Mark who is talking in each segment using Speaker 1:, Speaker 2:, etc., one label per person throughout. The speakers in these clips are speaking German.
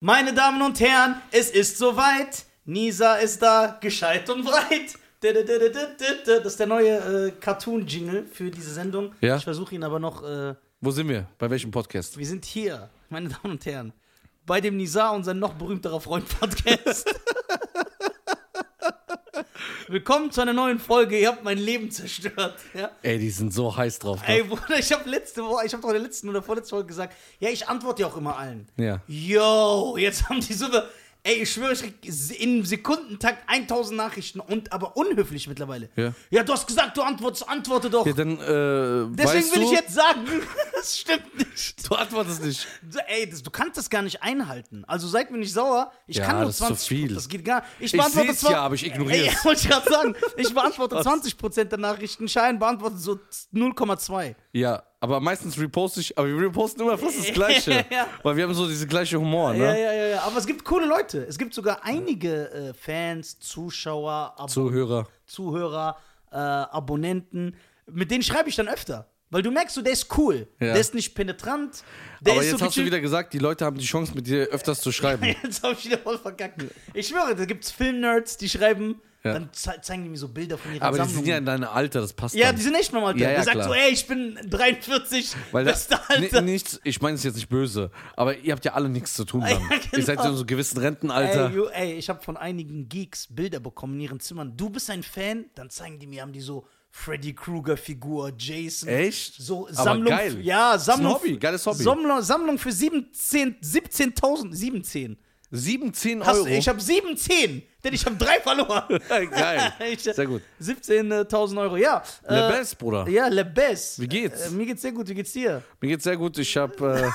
Speaker 1: Meine Damen und Herren, es ist soweit. Nisa ist da, gescheit und breit. Das ist der neue äh, Cartoon-Jingle für diese Sendung.
Speaker 2: Ja.
Speaker 1: Ich versuche ihn aber noch. Äh,
Speaker 2: Wo sind wir? Bei welchem Podcast?
Speaker 1: wir sind hier, meine Damen und Herren, bei dem Nisa und sein noch berühmterer Freund-Podcast. Willkommen zu einer neuen Folge. Ihr habt mein Leben zerstört. Ja?
Speaker 2: Ey, die sind so heiß drauf. ne?
Speaker 1: Ey, Bruder, ich habe letzte Woche, ich habe doch in der letzten oder vorletzten Folge gesagt, ja, ich antworte ja auch immer allen.
Speaker 2: Ja.
Speaker 1: Yo, jetzt haben die so. Ey, ich schwöre, ich krieg im Sekundentakt 1000 Nachrichten und aber unhöflich mittlerweile.
Speaker 2: Ja.
Speaker 1: du hast gesagt, du antwortest, antworte doch.
Speaker 2: ja, dann, äh,
Speaker 1: Deswegen
Speaker 2: weißt
Speaker 1: will
Speaker 2: du,
Speaker 1: ich jetzt sagen, das stimmt nicht.
Speaker 2: Du antwortest nicht.
Speaker 1: So, Ey, das, du kannst das gar nicht einhalten. Also seid mir nicht sauer. Ich
Speaker 2: Ja,
Speaker 1: kann nur
Speaker 2: das ist zu
Speaker 1: 20
Speaker 2: viel.
Speaker 1: Das geht gar nicht.
Speaker 2: Ich
Speaker 1: beantworte
Speaker 2: seh's
Speaker 1: zwar-
Speaker 2: ja, aber ich ignoriere
Speaker 1: Ey,
Speaker 2: es.
Speaker 1: wollte ich gerade sagen. Ich beantworte 20% der Nachrichten. Schein beantwortet so 0,2.
Speaker 2: Ja, aber meistens reposte ich, aber wir reposten immer fast das Gleiche.
Speaker 1: Ja.
Speaker 2: Weil wir haben so diesen gleichen Humor, ne?
Speaker 1: Ja, ja, ja, ja. Aber es gibt coole Leute. Es gibt sogar einige äh, Fans, Zuschauer, Ab
Speaker 2: Zuhörer.
Speaker 1: Zuhörer, äh, Abonnenten. Mit denen schreibe ich dann öfter. Weil du merkst, so, der ist cool.
Speaker 2: Ja.
Speaker 1: Der ist nicht penetrant. Der
Speaker 2: aber
Speaker 1: ist
Speaker 2: jetzt
Speaker 1: so
Speaker 2: hast du
Speaker 1: gechillt.
Speaker 2: wieder gesagt, die Leute haben die Chance, mit dir öfters zu schreiben.
Speaker 1: Jetzt habe ich wieder voll verkackt. Ich schwöre, da gibt's Filmnerds, die schreiben,
Speaker 2: Ja.
Speaker 1: dann ze zeigen die mir so Bilder von ihrer
Speaker 2: aber die
Speaker 1: Sammlung.
Speaker 2: sind ja in deinem Alter, das passt
Speaker 1: ja,
Speaker 2: dann.
Speaker 1: die sind echt normal.
Speaker 2: Ja, ja,
Speaker 1: der sagt
Speaker 2: klar.
Speaker 1: so, ey, ich bin 43,
Speaker 2: Weil da,
Speaker 1: beste Alter.
Speaker 2: Ni- nichts, ich meine es jetzt nicht böse, aber ihr habt ja alle nichts zu tun.
Speaker 1: Ja,
Speaker 2: Dann. Ihr
Speaker 1: genau.
Speaker 2: seid in so einem gewissen Rentenalter.
Speaker 1: Ey, ju, ey, ich habe von einigen Geeks Bilder bekommen in ihren Zimmern. Du bist ein Fan? Dann zeigen die mir, haben die so Freddy Krueger-Figur, Jason.
Speaker 2: Echt?
Speaker 1: So
Speaker 2: Aber
Speaker 1: Sammlung.
Speaker 2: geil.
Speaker 1: Ja, Sammlung.
Speaker 2: Ist ein Hobby, geiles Hobby.
Speaker 1: Sammlung, Sammlung für 17 17.000. 17.
Speaker 2: 7, 10
Speaker 1: Hast,
Speaker 2: Euro.
Speaker 1: ich habe 17, denn ich habe drei verloren.
Speaker 2: Geil.
Speaker 1: Ich-
Speaker 2: Sehr gut.
Speaker 1: 17.000 Euro, ja. Äh,
Speaker 2: Le Best, Bruder.
Speaker 1: Ja, le best. Wie
Speaker 2: geht's?
Speaker 1: Äh, mir geht's sehr gut, wie geht's dir?
Speaker 2: Mir geht's sehr gut. Ich hab. Äh,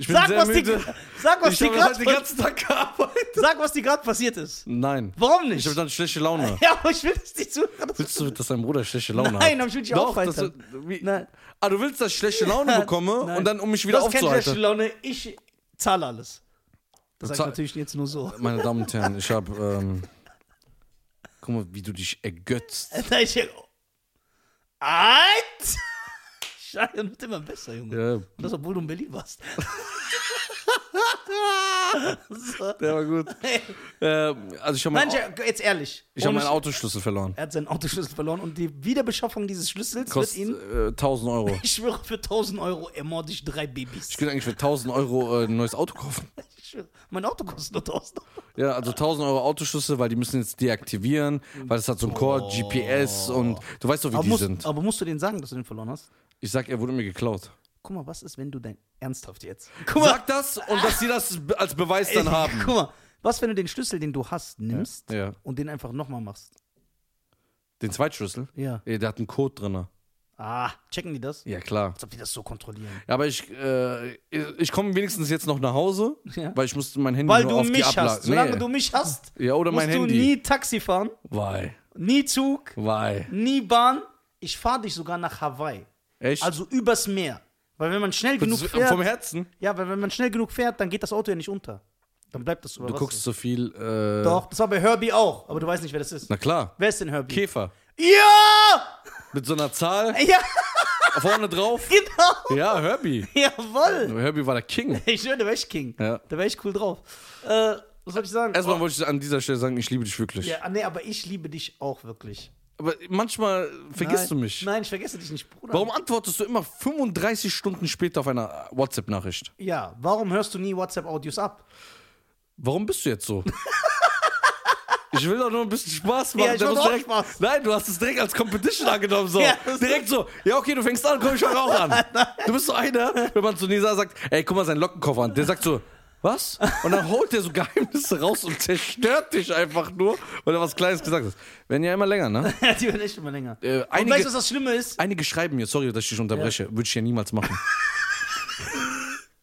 Speaker 2: ich bin
Speaker 1: Sag
Speaker 2: sehr
Speaker 1: was, die,
Speaker 2: müde.
Speaker 1: sag, was
Speaker 2: ich
Speaker 1: die
Speaker 2: habe
Speaker 1: grad,
Speaker 2: heute den ganzen Tag gearbeitet.
Speaker 1: sag, was die gerade passiert ist.
Speaker 2: Nein.
Speaker 1: Warum nicht?
Speaker 2: Ich habe dann schlechte Laune.
Speaker 1: ja, aber ich will das nicht zuhören.
Speaker 2: Willst du, dass dein Bruder schlechte Laune hat?
Speaker 1: Nein, aber ich will dich
Speaker 2: Doch,
Speaker 1: aufheitern.
Speaker 2: das- wie-
Speaker 1: Nein.
Speaker 2: Ah, du willst, dass ich schlechte Laune bekomme
Speaker 1: Nein.
Speaker 2: und dann, um mich wieder
Speaker 1: das kennt schlechte
Speaker 2: aufzuhalten.
Speaker 1: Laune. Ich zahle alles. Das sag ich
Speaker 2: zahl-
Speaker 1: natürlich jetzt nur so.
Speaker 2: Meine Damen und Herren, ich habe. Ähm, guck mal, wie du dich ergötzt.
Speaker 1: Da ich Alt! Scheiße, wird immer besser, Junge.
Speaker 2: Ja,
Speaker 1: Und das, obwohl du in Berlin warst. so.
Speaker 2: der war gut. Ähm, also, ich habe
Speaker 1: Nein,
Speaker 2: meinen Au-
Speaker 1: ich- äh, jetzt ehrlich.
Speaker 2: ich hab
Speaker 1: Ohne
Speaker 2: meinen Autoschlüssel verloren.
Speaker 1: Er hat seinen Autoschlüssel verloren und die Wiederbeschaffung dieses Schlüssels
Speaker 2: Kostet
Speaker 1: wird ihn,
Speaker 2: äh, 1000 Euro.
Speaker 1: ich schwöre, für 1000 Euro ermorde ich drei Babys.
Speaker 2: Ich könnte eigentlich für 1000 Euro äh, ein neues Auto kaufen.
Speaker 1: Ich schwöre, mein Auto kostet nur 1000 Euro.
Speaker 2: Ja, also 1000 Euro Autoschlüssel, weil die müssen jetzt deaktivieren, weil es hat so einen Core, GPS und du weißt doch, wie
Speaker 1: Oh. Aber
Speaker 2: die
Speaker 1: musst,
Speaker 2: sind.
Speaker 1: aber musst du denen sagen, dass du den verloren hast?
Speaker 2: Ich sag, er wurde mir geklaut.
Speaker 1: Guck mal, was ist, wenn du dein. Ernsthaft jetzt? Guck mal,
Speaker 2: Sag das und dass sie das b- als Beweis dann haben.
Speaker 1: Guck mal, was, wenn du den Schlüssel, den du hast, nimmst
Speaker 2: Ja.
Speaker 1: und den einfach nochmal machst?
Speaker 2: Den Zweitschlüssel?
Speaker 1: Ja.
Speaker 2: Ey, Der hat einen Code drin.
Speaker 1: Ah, checken die das?
Speaker 2: Ja, klar.
Speaker 1: Als ob die das so kontrollieren.
Speaker 2: Ja, Aber ich, äh, ich komme wenigstens jetzt noch nach Hause,
Speaker 1: Ja.
Speaker 2: weil ich musste mein Handy
Speaker 1: Weil
Speaker 2: nur
Speaker 1: du
Speaker 2: auf die
Speaker 1: mich
Speaker 2: Ablage.
Speaker 1: hast. Solange du mich hast,
Speaker 2: Ja, oder
Speaker 1: musst
Speaker 2: mein
Speaker 1: du
Speaker 2: Handy.
Speaker 1: nie Taxi fahren,
Speaker 2: Why?
Speaker 1: nie Zug,
Speaker 2: Why?
Speaker 1: nie Bahn. Ich fahre dich sogar nach Hawaii.
Speaker 2: Echt?
Speaker 1: Also übers Meer. Weil wenn man schnell
Speaker 2: Das
Speaker 1: genug
Speaker 2: ist äh, vom
Speaker 1: fährt.
Speaker 2: Herzen?
Speaker 1: Ja, weil wenn man schnell genug fährt, dann geht das Auto ja nicht unter. Dann bleibt das über
Speaker 2: Du
Speaker 1: Wasser.
Speaker 2: guckst so viel. Äh,
Speaker 1: Doch, das war bei Herbie auch, aber du weißt nicht, wer das ist.
Speaker 2: Na klar.
Speaker 1: Wer ist denn Herbie?
Speaker 2: Käfer.
Speaker 1: Ja!
Speaker 2: Mit so einer Zahl
Speaker 1: Ja,
Speaker 2: vorne drauf.
Speaker 1: genau!
Speaker 2: Ja, Herbie.
Speaker 1: Jawoll!
Speaker 2: Herbie war der King.
Speaker 1: Ich schwöre, da wäre ich King.
Speaker 2: Ja.
Speaker 1: Da wäre ich cool drauf. Äh, was soll ich sagen?
Speaker 2: Erstmal wollte ich an dieser Stelle sagen, ich liebe dich wirklich.
Speaker 1: Oh. ja, ah, nee, aber ich liebe dich auch wirklich.
Speaker 2: Aber manchmal vergisst
Speaker 1: Nein.
Speaker 2: du mich.
Speaker 1: Nein, ich vergesse dich nicht, Bruder.
Speaker 2: Warum antwortest du immer 35 Stunden später auf eine WhatsApp-Nachricht?
Speaker 1: Ja, warum hörst du nie WhatsApp-Audios ab?
Speaker 2: Warum bist du jetzt so? ich will doch nur ein bisschen Spaß machen.
Speaker 1: Ja, ich
Speaker 2: Der
Speaker 1: mach
Speaker 2: muss
Speaker 1: auch
Speaker 2: direkt,
Speaker 1: Spaß.
Speaker 2: Nein, du hast es direkt als Competition angenommen. So.
Speaker 1: Ja, das-
Speaker 2: direkt so, ja okay, du fängst an, komm ich fang auch an. du bist so einer, wenn man zu Nisa sagt, ey, guck mal seinen Lockenkoffer an. Der sagt so, was? Und dann holt der so Geheimnisse raus und zerstört dich einfach nur, weil er was Kleines gesagt hat. Werden ja immer länger, ne?
Speaker 1: Die werden echt immer länger.
Speaker 2: Äh,
Speaker 1: Und
Speaker 2: einige-
Speaker 1: weißt du, was das Schlimme ist?
Speaker 2: Einige schreiben mir, sorry, dass ich dich unterbreche, würde ich ja niemals machen.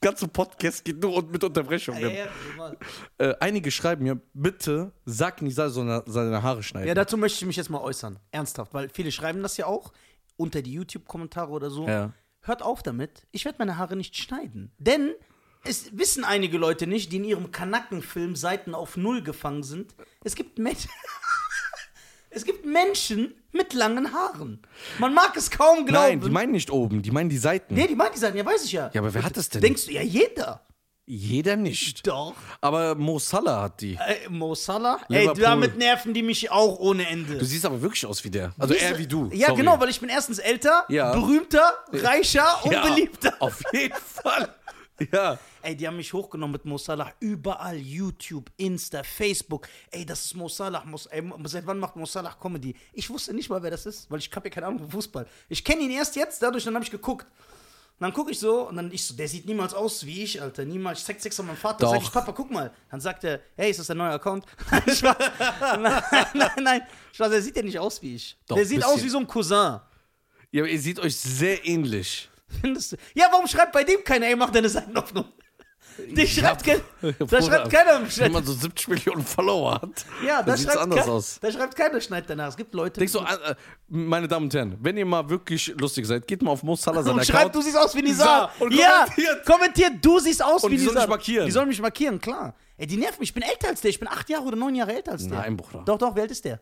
Speaker 2: Ganze Podcast geht nur und mit Unterbrechungen.
Speaker 1: Ja, ja,
Speaker 2: Äh, einige schreiben mir, bitte sag Nisa seine, seine Haare schneiden.
Speaker 1: Ja, dazu möchte ich mich jetzt mal äußern. Ernsthaft, weil viele schreiben das ja auch unter die YouTube-Kommentare oder so.
Speaker 2: Ja.
Speaker 1: Hört auf damit, ich werde meine Haare nicht schneiden. Denn es wissen einige Leute nicht, die in ihrem Kanackenfilm Seiten auf Null gefangen sind. Es gibt Menschen. es gibt Menschen mit langen Haaren. Man mag es kaum glauben.
Speaker 2: Nein, die meinen nicht oben, die meinen die Seiten.
Speaker 1: nee, die meinen die Seiten, ja, weiß ich ja.
Speaker 2: Ja, aber wer hat das denn?
Speaker 1: Denkst du, ja, jeder.
Speaker 2: Jeder nicht.
Speaker 1: Doch.
Speaker 2: Aber Mo Salah hat die.
Speaker 1: Äh, Mo Salah?
Speaker 2: Liverpool.
Speaker 1: Ey, damit nerven die mich auch ohne
Speaker 2: Du
Speaker 1: Ende.
Speaker 2: siehst aber wirklich aus wie der. Also eher wie du.
Speaker 1: Ja,
Speaker 2: Sorry.
Speaker 1: genau, weil ich bin erstens älter,
Speaker 2: Ja.
Speaker 1: berühmter, reicher und
Speaker 2: Ja,
Speaker 1: beliebter.
Speaker 2: Auf jeden Fall. Ja.
Speaker 1: Ey, die haben mich hochgenommen mit Mo Salah. Überall. YouTube, Insta, Facebook. Ey, das ist Mo Salah. Mo, ey, Mo- seit wann macht Mo Salah Comedy? Ich wusste nicht mal, wer das ist, weil ich habe ja keine Ahnung vom Fußball. Ich kenne ihn erst jetzt, dadurch, dann habe ich geguckt. Und dann gucke ich so und dann ich so, der sieht niemals aus wie ich, Alter. Niemals. Ich zeig Sex an meinem Vater.
Speaker 2: Doch.
Speaker 1: Sag ich, Papa, guck mal. Dann sagt er, hey, ist das dein neuer Account? Nein, Spaß. nein, nein, nein. Spaß, der sieht ja nicht aus wie ich.
Speaker 2: Doch,
Speaker 1: der sieht aus
Speaker 2: bisschen.
Speaker 1: wie so ein Cousin.
Speaker 2: ja, aber ihr seht euch sehr ähnlich.
Speaker 1: Findest du? Ja, warum schreibt bei dem keiner, ey, mach deine Seitenöffnung? Dich schreibt, kein, da
Speaker 2: Bruder,
Speaker 1: schreibt keiner im
Speaker 2: Wenn
Speaker 1: Schnitt.
Speaker 2: man so 70 Millionen Follower hat,
Speaker 1: Ja,
Speaker 2: dann
Speaker 1: da
Speaker 2: sieht's
Speaker 1: schreibt,
Speaker 2: anders
Speaker 1: kein,
Speaker 2: aus.
Speaker 1: da schreibt keiner Schneid danach. Es gibt Leute,
Speaker 2: Denkst du, äh, äh, meine Damen und Herren, wenn ihr mal wirklich lustig seid, geht mal auf Mo Salah seinen
Speaker 1: und
Speaker 2: Account.
Speaker 1: schreibt, du siehst aus wie Nizar.
Speaker 2: Nizar. Und
Speaker 1: ja,
Speaker 2: kommentiert.
Speaker 1: kommentiert. du siehst aus
Speaker 2: Und
Speaker 1: wie
Speaker 2: die sollen
Speaker 1: Nizar.
Speaker 2: mich markieren.
Speaker 1: Die sollen mich markieren, klar. Ey, die nerven mich. Ich bin älter als der. Ich bin acht Jahre oder neun Jahre älter als der.
Speaker 2: Nein, Bruder.
Speaker 1: Doch, doch, wie alt ist der?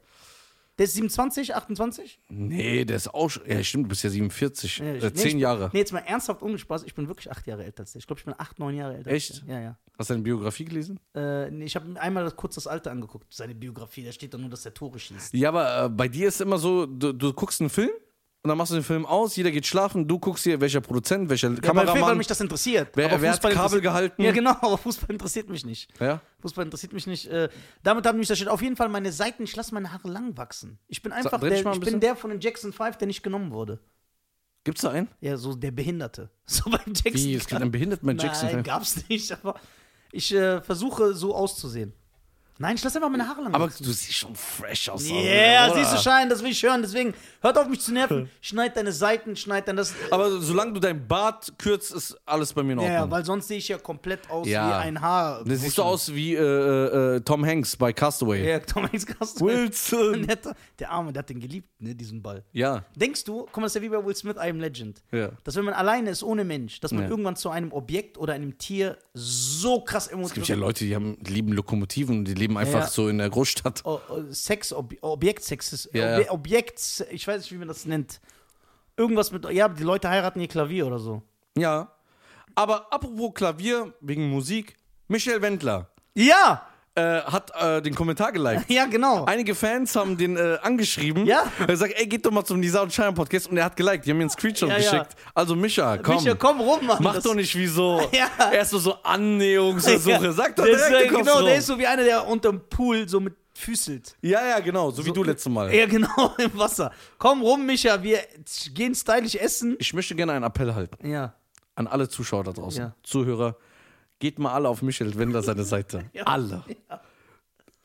Speaker 1: Der ist 27, 28?
Speaker 2: nee, der ist auch schon. Ja, stimmt, du bist ja 47.
Speaker 1: Nee,
Speaker 2: Äh,
Speaker 1: ich- nee,
Speaker 2: 10
Speaker 1: ich-
Speaker 2: Jahre.
Speaker 1: Nee, jetzt mal ernsthaft ohne Spaß. Ich bin wirklich acht Jahre älter als der. Ich glaube, ich bin acht, neun Jahre älter. als
Speaker 2: Echt?
Speaker 1: der. Ja, ja.
Speaker 2: Hast du deine Biografie gelesen?
Speaker 1: Äh, nee, ich habe mir einmal das- kurz das Alter angeguckt, seine Biografie, da steht dann nur, dass er Tore schießt.
Speaker 2: Ja, aber äh, bei dir ist immer so, du, du guckst einen Film und dann machst du den Film aus, jeder geht schlafen, du guckst hier, welcher Produzent, welcher
Speaker 1: Aber
Speaker 2: Kameramann.
Speaker 1: weil mich das interessiert.
Speaker 2: Wer-
Speaker 1: aber
Speaker 2: wer hat Kabel
Speaker 1: interessiert-
Speaker 2: gehalten?
Speaker 1: Ja, genau, aber Fußball interessiert mich nicht.
Speaker 2: ja?
Speaker 1: Fußball interessiert mich nicht. Äh, damit haben mich da steht auf jeden Fall meine Seiten, ich lasse meine Haare lang wachsen. Ich bin einfach
Speaker 2: dreh
Speaker 1: der,
Speaker 2: dich mal ein
Speaker 1: ich bin
Speaker 2: bisschen.
Speaker 1: der von den Jackson 5, der nicht genommen wurde.
Speaker 2: Gibt's da einen?
Speaker 1: Ja, so der Behinderte. So beim Jackson.
Speaker 2: Wie, es gibt einen behinderten bei Jackson.
Speaker 1: Nein, gab's nicht, aber ich äh, versuche so auszusehen. Nein, ich lasse einfach meine Haare lang
Speaker 2: aber du siehst schon fresh aus.
Speaker 1: Ja,
Speaker 2: Alter,
Speaker 1: siehst du,
Speaker 2: oder?
Speaker 1: Schein, das will ich hören. Deswegen, hört auf mich zu nerven. Schneid deine Seiten, schneid dein das.
Speaker 2: Aber solange du dein Bart kürzt, ist alles bei mir in
Speaker 1: Ja,
Speaker 2: Ordnung.
Speaker 1: ja, weil sonst sehe ich ja komplett aus
Speaker 2: Ja.
Speaker 1: wie ein Haar.
Speaker 2: das siehst du aus wie äh, äh, äh, Tom Hanks bei Castaway.
Speaker 1: Ja, Tom Hanks Castle.
Speaker 2: Wilson.
Speaker 1: Der, der Arme, der hat den geliebt, ne, diesen Ball.
Speaker 2: Ja.
Speaker 1: Denkst du, guck mal, das ist ja wie bei Will Smith, I am Legend.
Speaker 2: Ja.
Speaker 1: Dass wenn man alleine ist, ohne Mensch, dass man
Speaker 2: Ja.
Speaker 1: irgendwann zu einem Objekt oder einem Tier so krass
Speaker 2: Es gibt ja
Speaker 1: emotional...
Speaker 2: Leute, die haben, lieben Lokomotiven, die leben einfach
Speaker 1: Ja.
Speaker 2: so in der Großstadt.
Speaker 1: O- o- Oh, Sex, Ob Objektsex, ist-
Speaker 2: Ja,
Speaker 1: Obje
Speaker 2: ja.
Speaker 1: Objekts, ich weiß nicht, wie man das nennt. Irgendwas mit, ja, die Leute heiraten ihr Klavier oder so.
Speaker 2: Ja. Aber apropos Klavier, wegen Musik, Michel Wendler
Speaker 1: Ja,
Speaker 2: äh, hat äh, den Kommentar geliked.
Speaker 1: ja, genau.
Speaker 2: Einige Fans haben den äh, angeschrieben.
Speaker 1: Ja.
Speaker 2: Er sagt, ey, geht doch mal zum Nisa und Schein Podcast. Und er hat geliked. Die haben mir einen Screenshot
Speaker 1: Ja, ja.
Speaker 2: geschickt. Also, Micha, komm.
Speaker 1: Micha, komm rum, Mann.
Speaker 2: Mach
Speaker 1: Das-
Speaker 2: doch nicht wie so.
Speaker 1: Ja.
Speaker 2: Erst so, so Annäherungsversuche. Sag doch
Speaker 1: der ist,
Speaker 2: direkt
Speaker 1: äh,
Speaker 2: den Kopf
Speaker 1: Genau,
Speaker 2: rum.
Speaker 1: der ist so wie einer, der unterm Pool so mit füßelt.
Speaker 2: Ja, ja, genau. So, wie du letztes Mal.
Speaker 1: Ja, genau, im Wasser. Komm rum, Micha, wir gehen stylisch essen.
Speaker 2: Ich möchte gerne einen Appell halten
Speaker 1: Ja.
Speaker 2: an alle Zuschauer da draußen.
Speaker 1: Ja.
Speaker 2: Zuhörer, geht mal alle auf Michel Wendler seine Seite. Alle.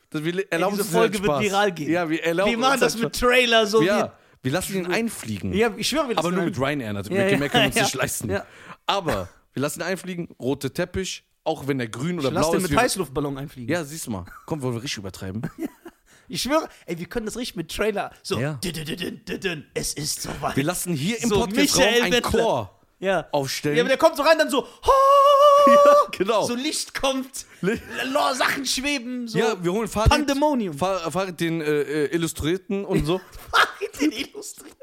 Speaker 2: Das- Wir erlauben
Speaker 1: Diese
Speaker 2: uns halt
Speaker 1: Folge wird
Speaker 2: Spaß.
Speaker 1: viral gehen.
Speaker 2: Ja, wir erlauben
Speaker 1: Wir machen
Speaker 2: uns
Speaker 1: das
Speaker 2: halt
Speaker 1: mit Trailer so.
Speaker 2: Spaß. Ja, wir lassen ihn einfliegen.
Speaker 1: wie- ja ich schwöre, wir
Speaker 2: aber
Speaker 1: lassen
Speaker 2: nur
Speaker 1: einen-
Speaker 2: mit Ryanair natürlich.
Speaker 1: Ja,
Speaker 2: wir
Speaker 1: ja,
Speaker 2: mehr können uns
Speaker 1: ja.
Speaker 2: nicht leisten.
Speaker 1: Ja.
Speaker 2: Aber wir lassen ihn einfliegen, rote Teppich, auch wenn der grün oder
Speaker 1: Lass
Speaker 2: blau
Speaker 1: den
Speaker 2: ist.
Speaker 1: mit
Speaker 2: wir-
Speaker 1: Heißluftballon einfliegen.
Speaker 2: ja, siehst du mal. Komm, wollen wir richtig übertreiben?
Speaker 1: Ich schwöre, ey, wir können das richtig mit Trailer. So,
Speaker 2: Ja.
Speaker 1: dü- dü- dü- dü- dü- dü- es ist
Speaker 2: Wir
Speaker 1: soweit.
Speaker 2: lassen hier im
Speaker 1: So,
Speaker 2: Podcast
Speaker 1: Michael
Speaker 2: ein
Speaker 1: Wendler.
Speaker 2: Chor
Speaker 1: Ja.
Speaker 2: aufstellen.
Speaker 1: ja, aber der kommt so rein, dann so,
Speaker 2: Ja, genau.
Speaker 1: so Licht kommt,
Speaker 2: Licht.
Speaker 1: lo- Sachen schweben, so.
Speaker 2: ja, wir holen Fahrrad.
Speaker 1: Pandemonium.
Speaker 2: Fahr, Fahrrad den äh, äh, Illustrierten und so.
Speaker 1: den illustriert.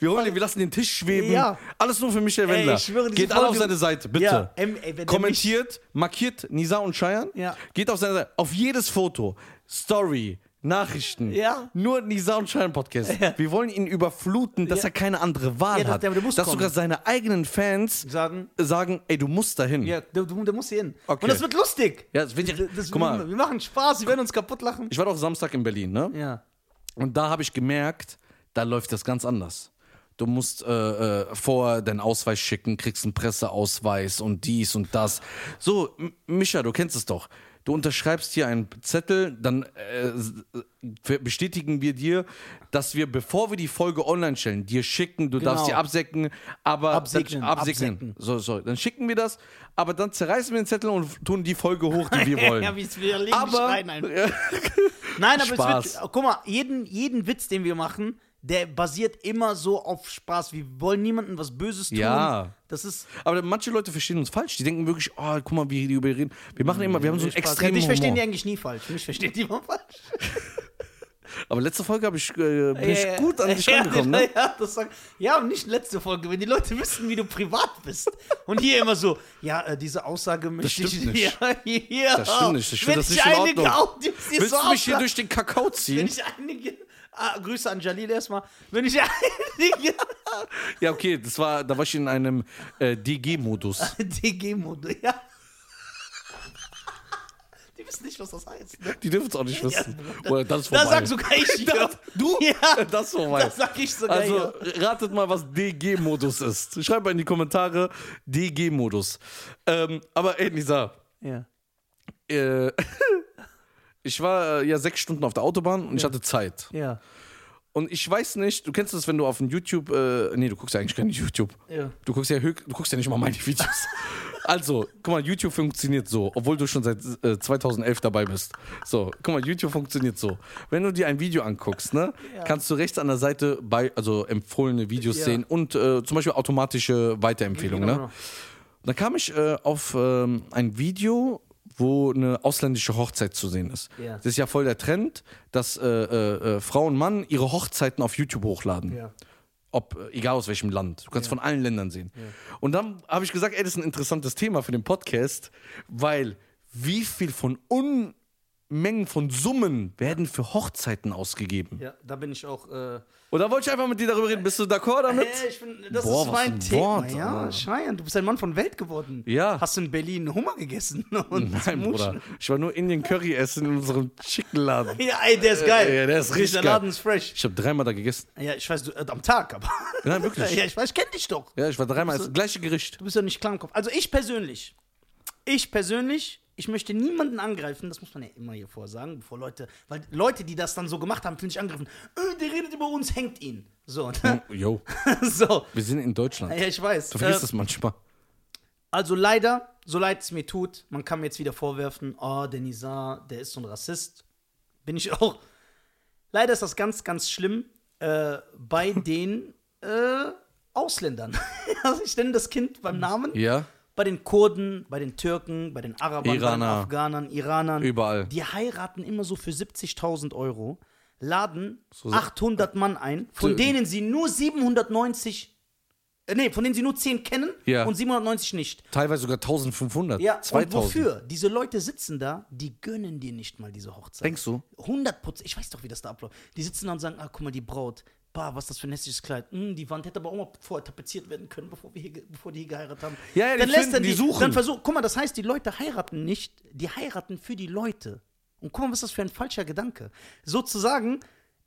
Speaker 2: Wir, holen, den- wir lassen den Tisch schweben.
Speaker 1: Ja.
Speaker 2: Alles nur für Michael
Speaker 1: Ey,
Speaker 2: Wendler.
Speaker 1: ich schwöre, diese
Speaker 2: Geht alle auf
Speaker 1: Folge-
Speaker 2: seine Seite, bitte.
Speaker 1: Ja, ähm, ey, wenn der
Speaker 2: Kommentiert, markiert Nisa und Scheiern.
Speaker 1: Ja.
Speaker 2: Geht auf seine Seite. Auf jedes Foto, Story, Nachrichten.
Speaker 1: Ja.
Speaker 2: Nur Nisa und Scheiern Podcast.
Speaker 1: Ja.
Speaker 2: Wir wollen ihn überfluten, dass er keine andere Wahl
Speaker 1: Ja, das-
Speaker 2: hat.
Speaker 1: der- der muss
Speaker 2: dass
Speaker 1: kommen.
Speaker 2: sogar seine eigenen Fans
Speaker 1: Sagen.
Speaker 2: sagen, ey, du musst dahin.
Speaker 1: Ja, der, der, der muss hier hin.
Speaker 2: Okay.
Speaker 1: Und das wird lustig.
Speaker 2: Ja, das wird ja-
Speaker 1: Das- das,
Speaker 2: guck mal.
Speaker 1: Wir, wir machen Spaß, wir werden uns kaputt lachen.
Speaker 2: Ich war doch Samstag in Berlin, ne?
Speaker 1: Ja.
Speaker 2: Und da habe ich gemerkt, da läuft das ganz anders. Du musst äh, äh, vorher deinen Ausweis schicken, kriegst einen Presseausweis und dies und das. So, M Mischa, du kennst es doch. Du unterschreibst hier einen Zettel, dann äh, s- äh, bestätigen wir dir, dass wir, bevor wir die Folge online stellen, dir schicken, du darfst die
Speaker 1: Genau.
Speaker 2: absäcken, aber
Speaker 1: Absegnen,
Speaker 2: Dann, absegnen.
Speaker 1: absäcken.
Speaker 2: So, so, dann schicken wir das, aber dann zerreißen wir den Zettel und tun die Folge hoch, die wir wollen.
Speaker 1: ja, wir, wir legen dich
Speaker 2: aber
Speaker 1: rein einfach. Nein, aber es
Speaker 2: Spaß.
Speaker 1: wird. Oh, Guck mal, jeden, jeden Witz, den wir machen, der basiert immer so auf Spaß. Wir wollen niemandem was Böses tun.
Speaker 2: Ja.
Speaker 1: Das ist.
Speaker 2: Aber manche Leute verstehen uns falsch. Die denken wirklich, oh, guck mal, wie die über reden. Wir machen immer, wir haben so einen
Speaker 1: Spaß.
Speaker 2: extremen
Speaker 1: Dich verstehen die
Speaker 2: Humor.
Speaker 1: eigentlich nie falsch. Mich verstehen die immer falsch.
Speaker 2: Aber letzte Folge habe ich, äh, bin ich gut an dich
Speaker 1: ja,
Speaker 2: rangekommen, ne?
Speaker 1: Ja, das sag, ja, und nicht letzte Folge, wenn die Leute wissen, wie du privat bist. Und hier immer so, ja, äh, diese Aussage möchte ich
Speaker 2: stimmt nicht.
Speaker 1: Ja, hier,
Speaker 2: Das stimmt nicht. Ich finde
Speaker 1: wenn
Speaker 2: das
Speaker 1: ich
Speaker 2: nicht in
Speaker 1: einige
Speaker 2: Ordnung.
Speaker 1: Audios hier
Speaker 2: Willst
Speaker 1: so
Speaker 2: du mich hier
Speaker 1: aufla-
Speaker 2: durch den Kakao
Speaker 1: Wenn
Speaker 2: ziehen?
Speaker 1: ich einige. Ah, Grüße an Jalil erstmal. Wenn ich einige
Speaker 2: Ja, okay, das war, da war ich in einem äh, DG-Modus.
Speaker 1: DG-Mode, ja. Die wissen nicht, was das heißt. Ne?
Speaker 2: Die dürfen es auch nicht wissen.
Speaker 1: Ja,
Speaker 2: Oder das ist vorbei.
Speaker 1: Da sag sogar ich hier.
Speaker 2: Das- du? Äh,
Speaker 1: Ja.
Speaker 2: Das ist vorbei.
Speaker 1: Das sag ich sogar
Speaker 2: also
Speaker 1: hier.
Speaker 2: ratet mal, was DG-Modus ist. Schreibt mal in die Kommentare DG-Modus. Ähm, aber ey, Nisa,
Speaker 1: Ja.
Speaker 2: äh, ich war äh, ja sechs Stunden auf der Autobahn und ich hatte Zeit.
Speaker 1: Ja.
Speaker 2: Und ich weiß nicht, du kennst das, wenn du auf dem YouTube, äh, nee, du guckst ja eigentlich kein YouTube.
Speaker 1: Ja.
Speaker 2: Du guckst ja, höch- du guckst ja nicht mal meine Videos. also, guck mal, YouTube funktioniert so, obwohl du schon seit äh, 2011 dabei bist. So, guck mal, YouTube funktioniert so. Wenn du dir ein Video anguckst, ne, kannst du rechts an der Seite bei, also empfohlene Videos
Speaker 1: Ja.
Speaker 2: sehen und äh, zum Beispiel automatische Weiterempfehlungen, ne?
Speaker 1: Genau.
Speaker 2: Dann kam ich äh, auf ähm, ein Video, wo eine ausländische Hochzeit zu sehen ist.
Speaker 1: Ja.
Speaker 2: Das ist ja voll der Trend, dass äh, äh, äh, Frau und Mann ihre Hochzeiten auf YouTube hochladen.
Speaker 1: Ja.
Speaker 2: Ob, äh, egal aus welchem Land. Du kannst von allen Ländern sehen. Und dann habe ich gesagt, ey, das ist ein interessantes Thema für den Podcast, weil wie viel von Unmengen von Summen werden für Hochzeiten ausgegeben?
Speaker 1: ja, da bin ich auch. Äh,
Speaker 2: Und da wollte ich einfach mit dir darüber reden. Bist du d'accord damit?
Speaker 1: Äh, ich bin, das
Speaker 2: Boah,
Speaker 1: ist
Speaker 2: was
Speaker 1: mein
Speaker 2: ein
Speaker 1: Thema.
Speaker 2: Wort,
Speaker 1: ja,
Speaker 2: Alter.
Speaker 1: Scheiern, du bist ein Mann von Welt geworden.
Speaker 2: Ja.
Speaker 1: Hast in Berlin Hummer gegessen und
Speaker 2: Nein, Bruder. Ich war nur Indian Curry essen in unserem Chickenladen.
Speaker 1: Ja, ey, der ist geil.
Speaker 2: Äh, ja, der ist richtig
Speaker 1: Der
Speaker 2: geil.
Speaker 1: Laden ist fresh.
Speaker 2: Ich habe dreimal da gegessen.
Speaker 1: Ja, ich weiß, du, äh, am Tag, aber.
Speaker 2: Nein, wirklich.
Speaker 1: ja, ich weiß, ich kenne dich doch.
Speaker 2: Ja, ich war dreimal das gleiche Gericht.
Speaker 1: Du bist ja nicht klar im Kopf. Also ich persönlich, ich persönlich, ich möchte niemanden angreifen, das muss man ja immer hier vorsagen, bevor Leute, weil Leute, die das dann so gemacht haben, finde ich angegriffen. Äh, der redet über uns, hängt ihn. So, ne?
Speaker 2: Jo,
Speaker 1: so.
Speaker 2: wir sind in Deutschland.
Speaker 1: Ja, ich weiß.
Speaker 2: Hm. Du vergisst
Speaker 1: Äh,
Speaker 2: es manchmal.
Speaker 1: Also leider, so leid es mir tut, man kann mir jetzt wieder vorwerfen, oh, der Nizar, der ist so ein Rassist. Bin ich auch. Leider ist das ganz, ganz schlimm äh, bei den äh, Ausländern. also ich nenne das Kind beim Namen.
Speaker 2: Mhm. Ja?
Speaker 1: Bei den Kurden, bei den Türken, bei den Arabern, bei
Speaker 2: Iraner.
Speaker 1: den Afghanern, Iranern.
Speaker 2: Überall.
Speaker 1: Die heiraten immer so für 70.000 Euro, laden
Speaker 2: so-
Speaker 1: 800 Mann ein, von
Speaker 2: So-
Speaker 1: denen sie nur 790, äh, nee, von denen sie nur 10 kennen
Speaker 2: Ja.
Speaker 1: und 790 nicht.
Speaker 2: Teilweise sogar 1500.
Speaker 1: Ja,
Speaker 2: 2000.
Speaker 1: und wofür? Diese Leute sitzen da, die gönnen dir nicht mal diese Hochzeit.
Speaker 2: Denkst du?
Speaker 1: 100 Prozent. Ich weiß doch, wie das da abläuft. Die sitzen da und sagen, ah, guck mal, die Braut. Bah, was ist das für ein hässliches Kleid. Hm, die Wand hätte aber auch mal vorher tapeziert werden können, bevor, wir hier, ge- bevor die hier geheiratet haben.
Speaker 2: Ja, ja, die finden,
Speaker 1: er
Speaker 2: die suchen.
Speaker 1: Dann versuch, guck mal, das heißt, die Leute heiraten nicht, die heiraten für die Leute. Und guck mal, was ist das für ein falscher Gedanke. Sozusagen,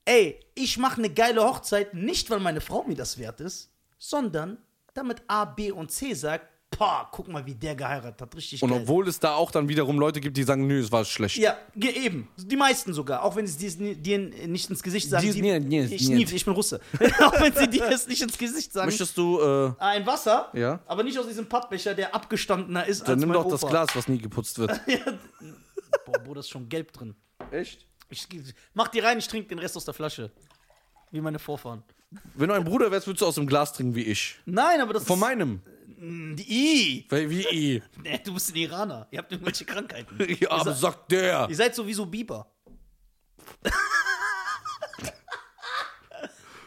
Speaker 1: ey, ich mache eine geile Hochzeit, nicht weil meine Frau mir das wert ist, sondern damit A, B und C sagt, Pah, guck mal, wie der geheiratet hat, richtig
Speaker 2: Und
Speaker 1: geil.
Speaker 2: obwohl es da auch dann wiederum Leute gibt, die sagen, nö, es war schlecht.
Speaker 1: Ja, ge- eben. Die meisten sogar. Auch wenn sie es dies- dir nicht ins Gesicht sagen.
Speaker 2: Dies-
Speaker 1: die,
Speaker 2: nee, nee,
Speaker 1: ich,
Speaker 2: nee.
Speaker 1: nie, ich bin Russe. auch wenn sie dir es nicht ins Gesicht sagen. Ah,
Speaker 2: Möchtest du, äh,
Speaker 1: Ein Wasser,
Speaker 2: Ja.
Speaker 1: aber nicht aus diesem Pappbecher, der abgestandener ist
Speaker 2: dann
Speaker 1: als
Speaker 2: nimm
Speaker 1: mein
Speaker 2: doch
Speaker 1: Opa.
Speaker 2: das Glas, was nie geputzt wird.
Speaker 1: Boah, Bruder, ist schon gelb drin.
Speaker 2: Echt?
Speaker 1: Ich, mach die rein, ich trinke den Rest aus der Flasche. Wie meine Vorfahren.
Speaker 2: Wenn du ein Bruder wärst, würdest du aus dem Glas trinken wie ich.
Speaker 1: Nein, aber das
Speaker 2: Von
Speaker 1: ist...
Speaker 2: meinem.
Speaker 1: Die, I.
Speaker 2: Weil Wie ich.
Speaker 1: Nee, du bist ein Iraner. Ihr habt irgendwelche Krankheiten.
Speaker 2: Ja, aber sagt der.
Speaker 1: Ihr seid sowieso Biber.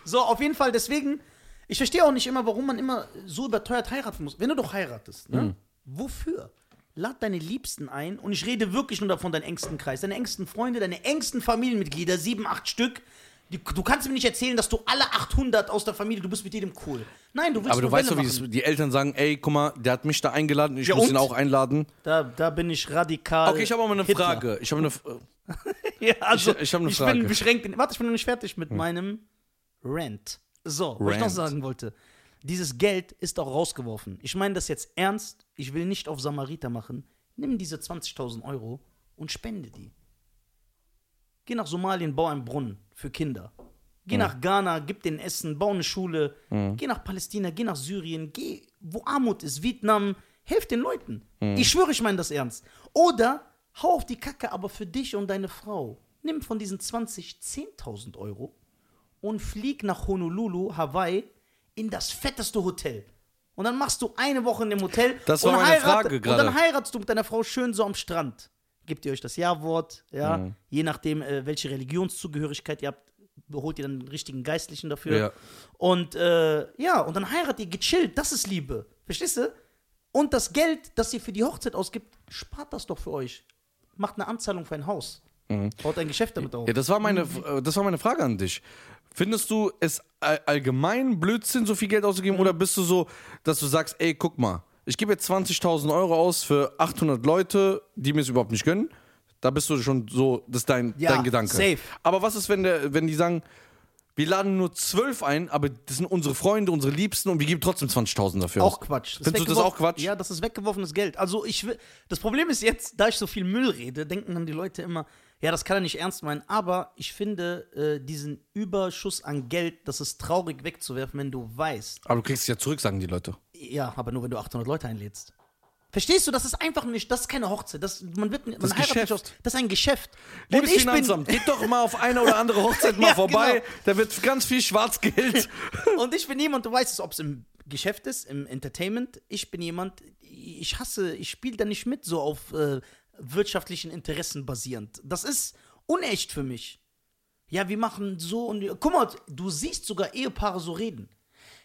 Speaker 1: so, auf jeden Fall, deswegen, ich verstehe auch nicht immer, warum man immer so überteuert heiraten muss. Wenn du doch heiratest,
Speaker 2: Mhm.
Speaker 1: ne? wofür? Lad deine Liebsten ein und ich rede wirklich nur davon, deinen engsten Kreis, deine engsten Freunde, deine engsten Familienmitglieder, sieben, acht Stück. Die, du kannst mir nicht erzählen, dass du alle 800 aus der Familie, du bist mit jedem cool. Nein, du willst
Speaker 2: Aber du
Speaker 1: nur
Speaker 2: weißt
Speaker 1: Welle
Speaker 2: doch, wie
Speaker 1: machen.
Speaker 2: es, die Eltern sagen, ey, guck mal, der hat mich da eingeladen, ich
Speaker 1: Ja,
Speaker 2: muss
Speaker 1: und?
Speaker 2: ihn auch einladen.
Speaker 1: Da, da bin ich radikal.
Speaker 2: Okay, ich habe aber eine
Speaker 1: Hitler.
Speaker 2: Frage. Ich habe eine, F-
Speaker 1: Ja, also,
Speaker 2: ich hab ne Frage. Hm.
Speaker 1: bin beschränkt. In, warte, ich bin noch nicht fertig mit meinem Rant. So, was ich noch
Speaker 2: Rant.
Speaker 1: sagen wollte. Dieses Geld ist auch rausgeworfen. Ich meine das jetzt ernst. Ich will nicht auf Samariter machen. Nimm diese 20.000 Euro und spende die. Geh nach Somalien, bau einen Brunnen für Kinder. Geh
Speaker 2: Mhm.
Speaker 1: nach Ghana, gib denen Essen, bau eine Schule. Geh nach Palästina, geh nach Syrien, geh, wo Armut ist, Vietnam. Helf den Leuten.
Speaker 2: Mhm.
Speaker 1: Ich schwöre, ich meine das ernst. Oder hau auf die Kacke, aber für dich und deine Frau. Nimm von diesen 20 10.000 Euro und flieg nach Honolulu, Hawaii, in das fetteste Hotel. Und dann machst du eine Woche in dem Hotel.
Speaker 2: Das war
Speaker 1: und
Speaker 2: meine Frage
Speaker 1: Und
Speaker 2: gerade.
Speaker 1: dann heiratest du mit deiner Frau schön so am Strand. Gebt ihr euch das Ja-Wort, ja. Je nachdem, äh, welche Religionszugehörigkeit ihr habt, holt ihr dann den richtigen Geistlichen dafür.
Speaker 2: Ja.
Speaker 1: Und äh, ja, und dann heiratet ihr gechillt. Das ist Liebe. Verstehst du? Und das Geld, das ihr für die Hochzeit ausgibt, spart das doch für euch. Macht eine Anzahlung für ein Haus. Baut ein Geschäft damit auf.
Speaker 2: Ja, das war meine, äh, das war meine Frage an dich. Findest du es all- allgemein Blödsinn, so viel Geld auszugeben, oder bist du so, dass du sagst, ey, guck mal, ich gebe jetzt 20.000 Euro aus für 800 Leute, die mir es überhaupt nicht gönnen? Da bist du schon so, das ist dein,
Speaker 1: Ja,
Speaker 2: dein Gedanke.
Speaker 1: safe.
Speaker 2: Aber was ist, wenn, der, wenn die sagen, wir laden nur 12 ein, aber das sind unsere Freunde, unsere Liebsten und wir geben trotzdem 20.000 dafür
Speaker 1: Auch
Speaker 2: aus?
Speaker 1: Quatsch.
Speaker 2: Findest du das
Speaker 1: weggeworfen-
Speaker 2: auch Quatsch?
Speaker 1: Ja, das ist weggeworfenes Geld. Also ich will, das Problem ist jetzt, da ich so viel Müll rede, denken dann die Leute immer, ja, das kann er nicht ernst meinen. Aber ich finde äh, diesen Überschuss an Geld, das ist traurig wegzuwerfen, wenn du weißt.
Speaker 2: Aber du kriegst es ja zurück, sagen die Leute.
Speaker 1: Ja, aber nur wenn du 800 Leute einlädst. Verstehst du? Das ist einfach nicht, das ist keine Hochzeit. Das, man wird, man
Speaker 2: Das ist
Speaker 1: heiratet nicht
Speaker 2: Geschäft.
Speaker 1: aus. Das ist ein Geschäft.
Speaker 2: Liebes
Speaker 1: Und ich
Speaker 2: Finanzamt, geht doch mal auf eine oder andere Hochzeit mal
Speaker 1: Ja,
Speaker 2: vorbei.
Speaker 1: genau.
Speaker 2: Da wird ganz viel Schwarzgeld.
Speaker 1: bin, und ich bin jemand, du weißt es, ob es im Geschäft ist, im Entertainment. Ich bin jemand, ich hasse, ich spiele da nicht mit, so auf äh, wirtschaftlichen Interessen basierend. Das ist unecht für mich. Ja, wir machen so und guck mal, du siehst sogar Ehepaare so reden.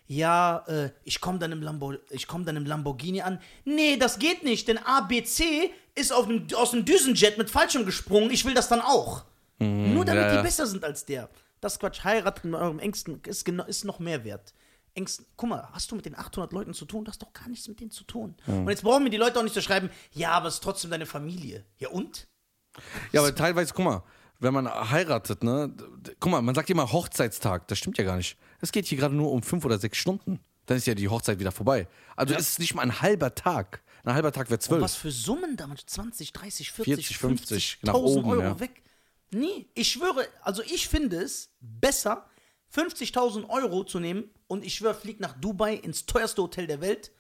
Speaker 1: Ja, äh, ich komme dann, im Lambo ich komm dann im Lamborghini an. Nee, das geht nicht, denn ABC ist auf dem, aus dem Düsenjet mit Fallschirm gesprungen. Ich will das dann auch. Nur damit
Speaker 2: Mhm, ja, ja.
Speaker 1: die besser sind als der. Das ist Quatsch, heiraten mit eurem Ängsten ist, genau, ist noch mehr wert. Ängsten, guck mal, hast du mit den 800 Leuten zu tun? Du hast doch gar nichts mit denen zu tun. Und jetzt brauchen mir die Leute auch nicht zu schreiben, ja, aber es ist trotzdem deine Familie. Ja und?
Speaker 2: Ja, aber teilweise, guck mal, wenn man heiratet, ne? d- d- Guck mal, man sagt immer Hochzeitstag, das stimmt ja gar nicht. Es geht hier gerade nur um fünf oder sechs Stunden. Dann ist ja die Hochzeit wieder vorbei. Also ist es nicht mal ein halber Tag. Ein halber Tag wäre
Speaker 1: Was
Speaker 2: zwölf.
Speaker 1: für Summen damals? 20, 30, 40,
Speaker 2: 40,
Speaker 1: 50,
Speaker 2: 50, nach
Speaker 1: 1000
Speaker 2: oben,
Speaker 1: Euro
Speaker 2: ja.
Speaker 1: weg. Nee, ich schwöre, also ich finde es besser, 50.000 Euro zu nehmen und ich schwöre, flieg nach Dubai ins teuerste Hotel der Welt,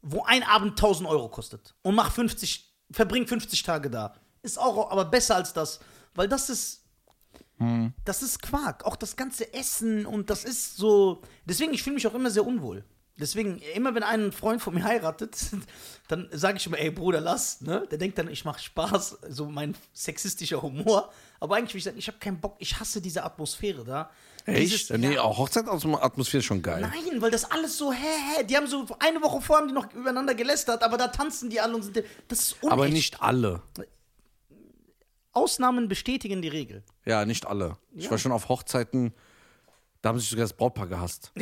Speaker 1: wo ein Abend 1000 Euro kostet und mach 50, verbring 50 Tage da. Ist auch aber besser als das, weil das ist, das ist Quark. Auch das ganze Essen und das ist so. Deswegen, ich fühle mich auch immer sehr unwohl. Deswegen, immer wenn ein Freund von mir heiratet, dann sage ich immer, ey Bruder, lass, ne? Der denkt dann, ich mache Spaß, so mein sexistischer Humor. Aber eigentlich will ich sagen, ich habe keinen Bock, ich hasse diese Atmosphäre da. Dieses-
Speaker 2: Echt? Nee, auch Hochzeitsatmosphäre ist schon geil.
Speaker 1: Nein, weil das alles so, hä, hä, die haben so eine Woche vorher haben die noch übereinander gelästert, aber da tanzen die alle und sind. Das ist unecht.
Speaker 2: aber nicht alle.
Speaker 1: Ausnahmen bestätigen die Regel.
Speaker 2: Ja, nicht alle. Ich war schon auf Hochzeiten, da haben sich sogar das Brautpaar gehasst.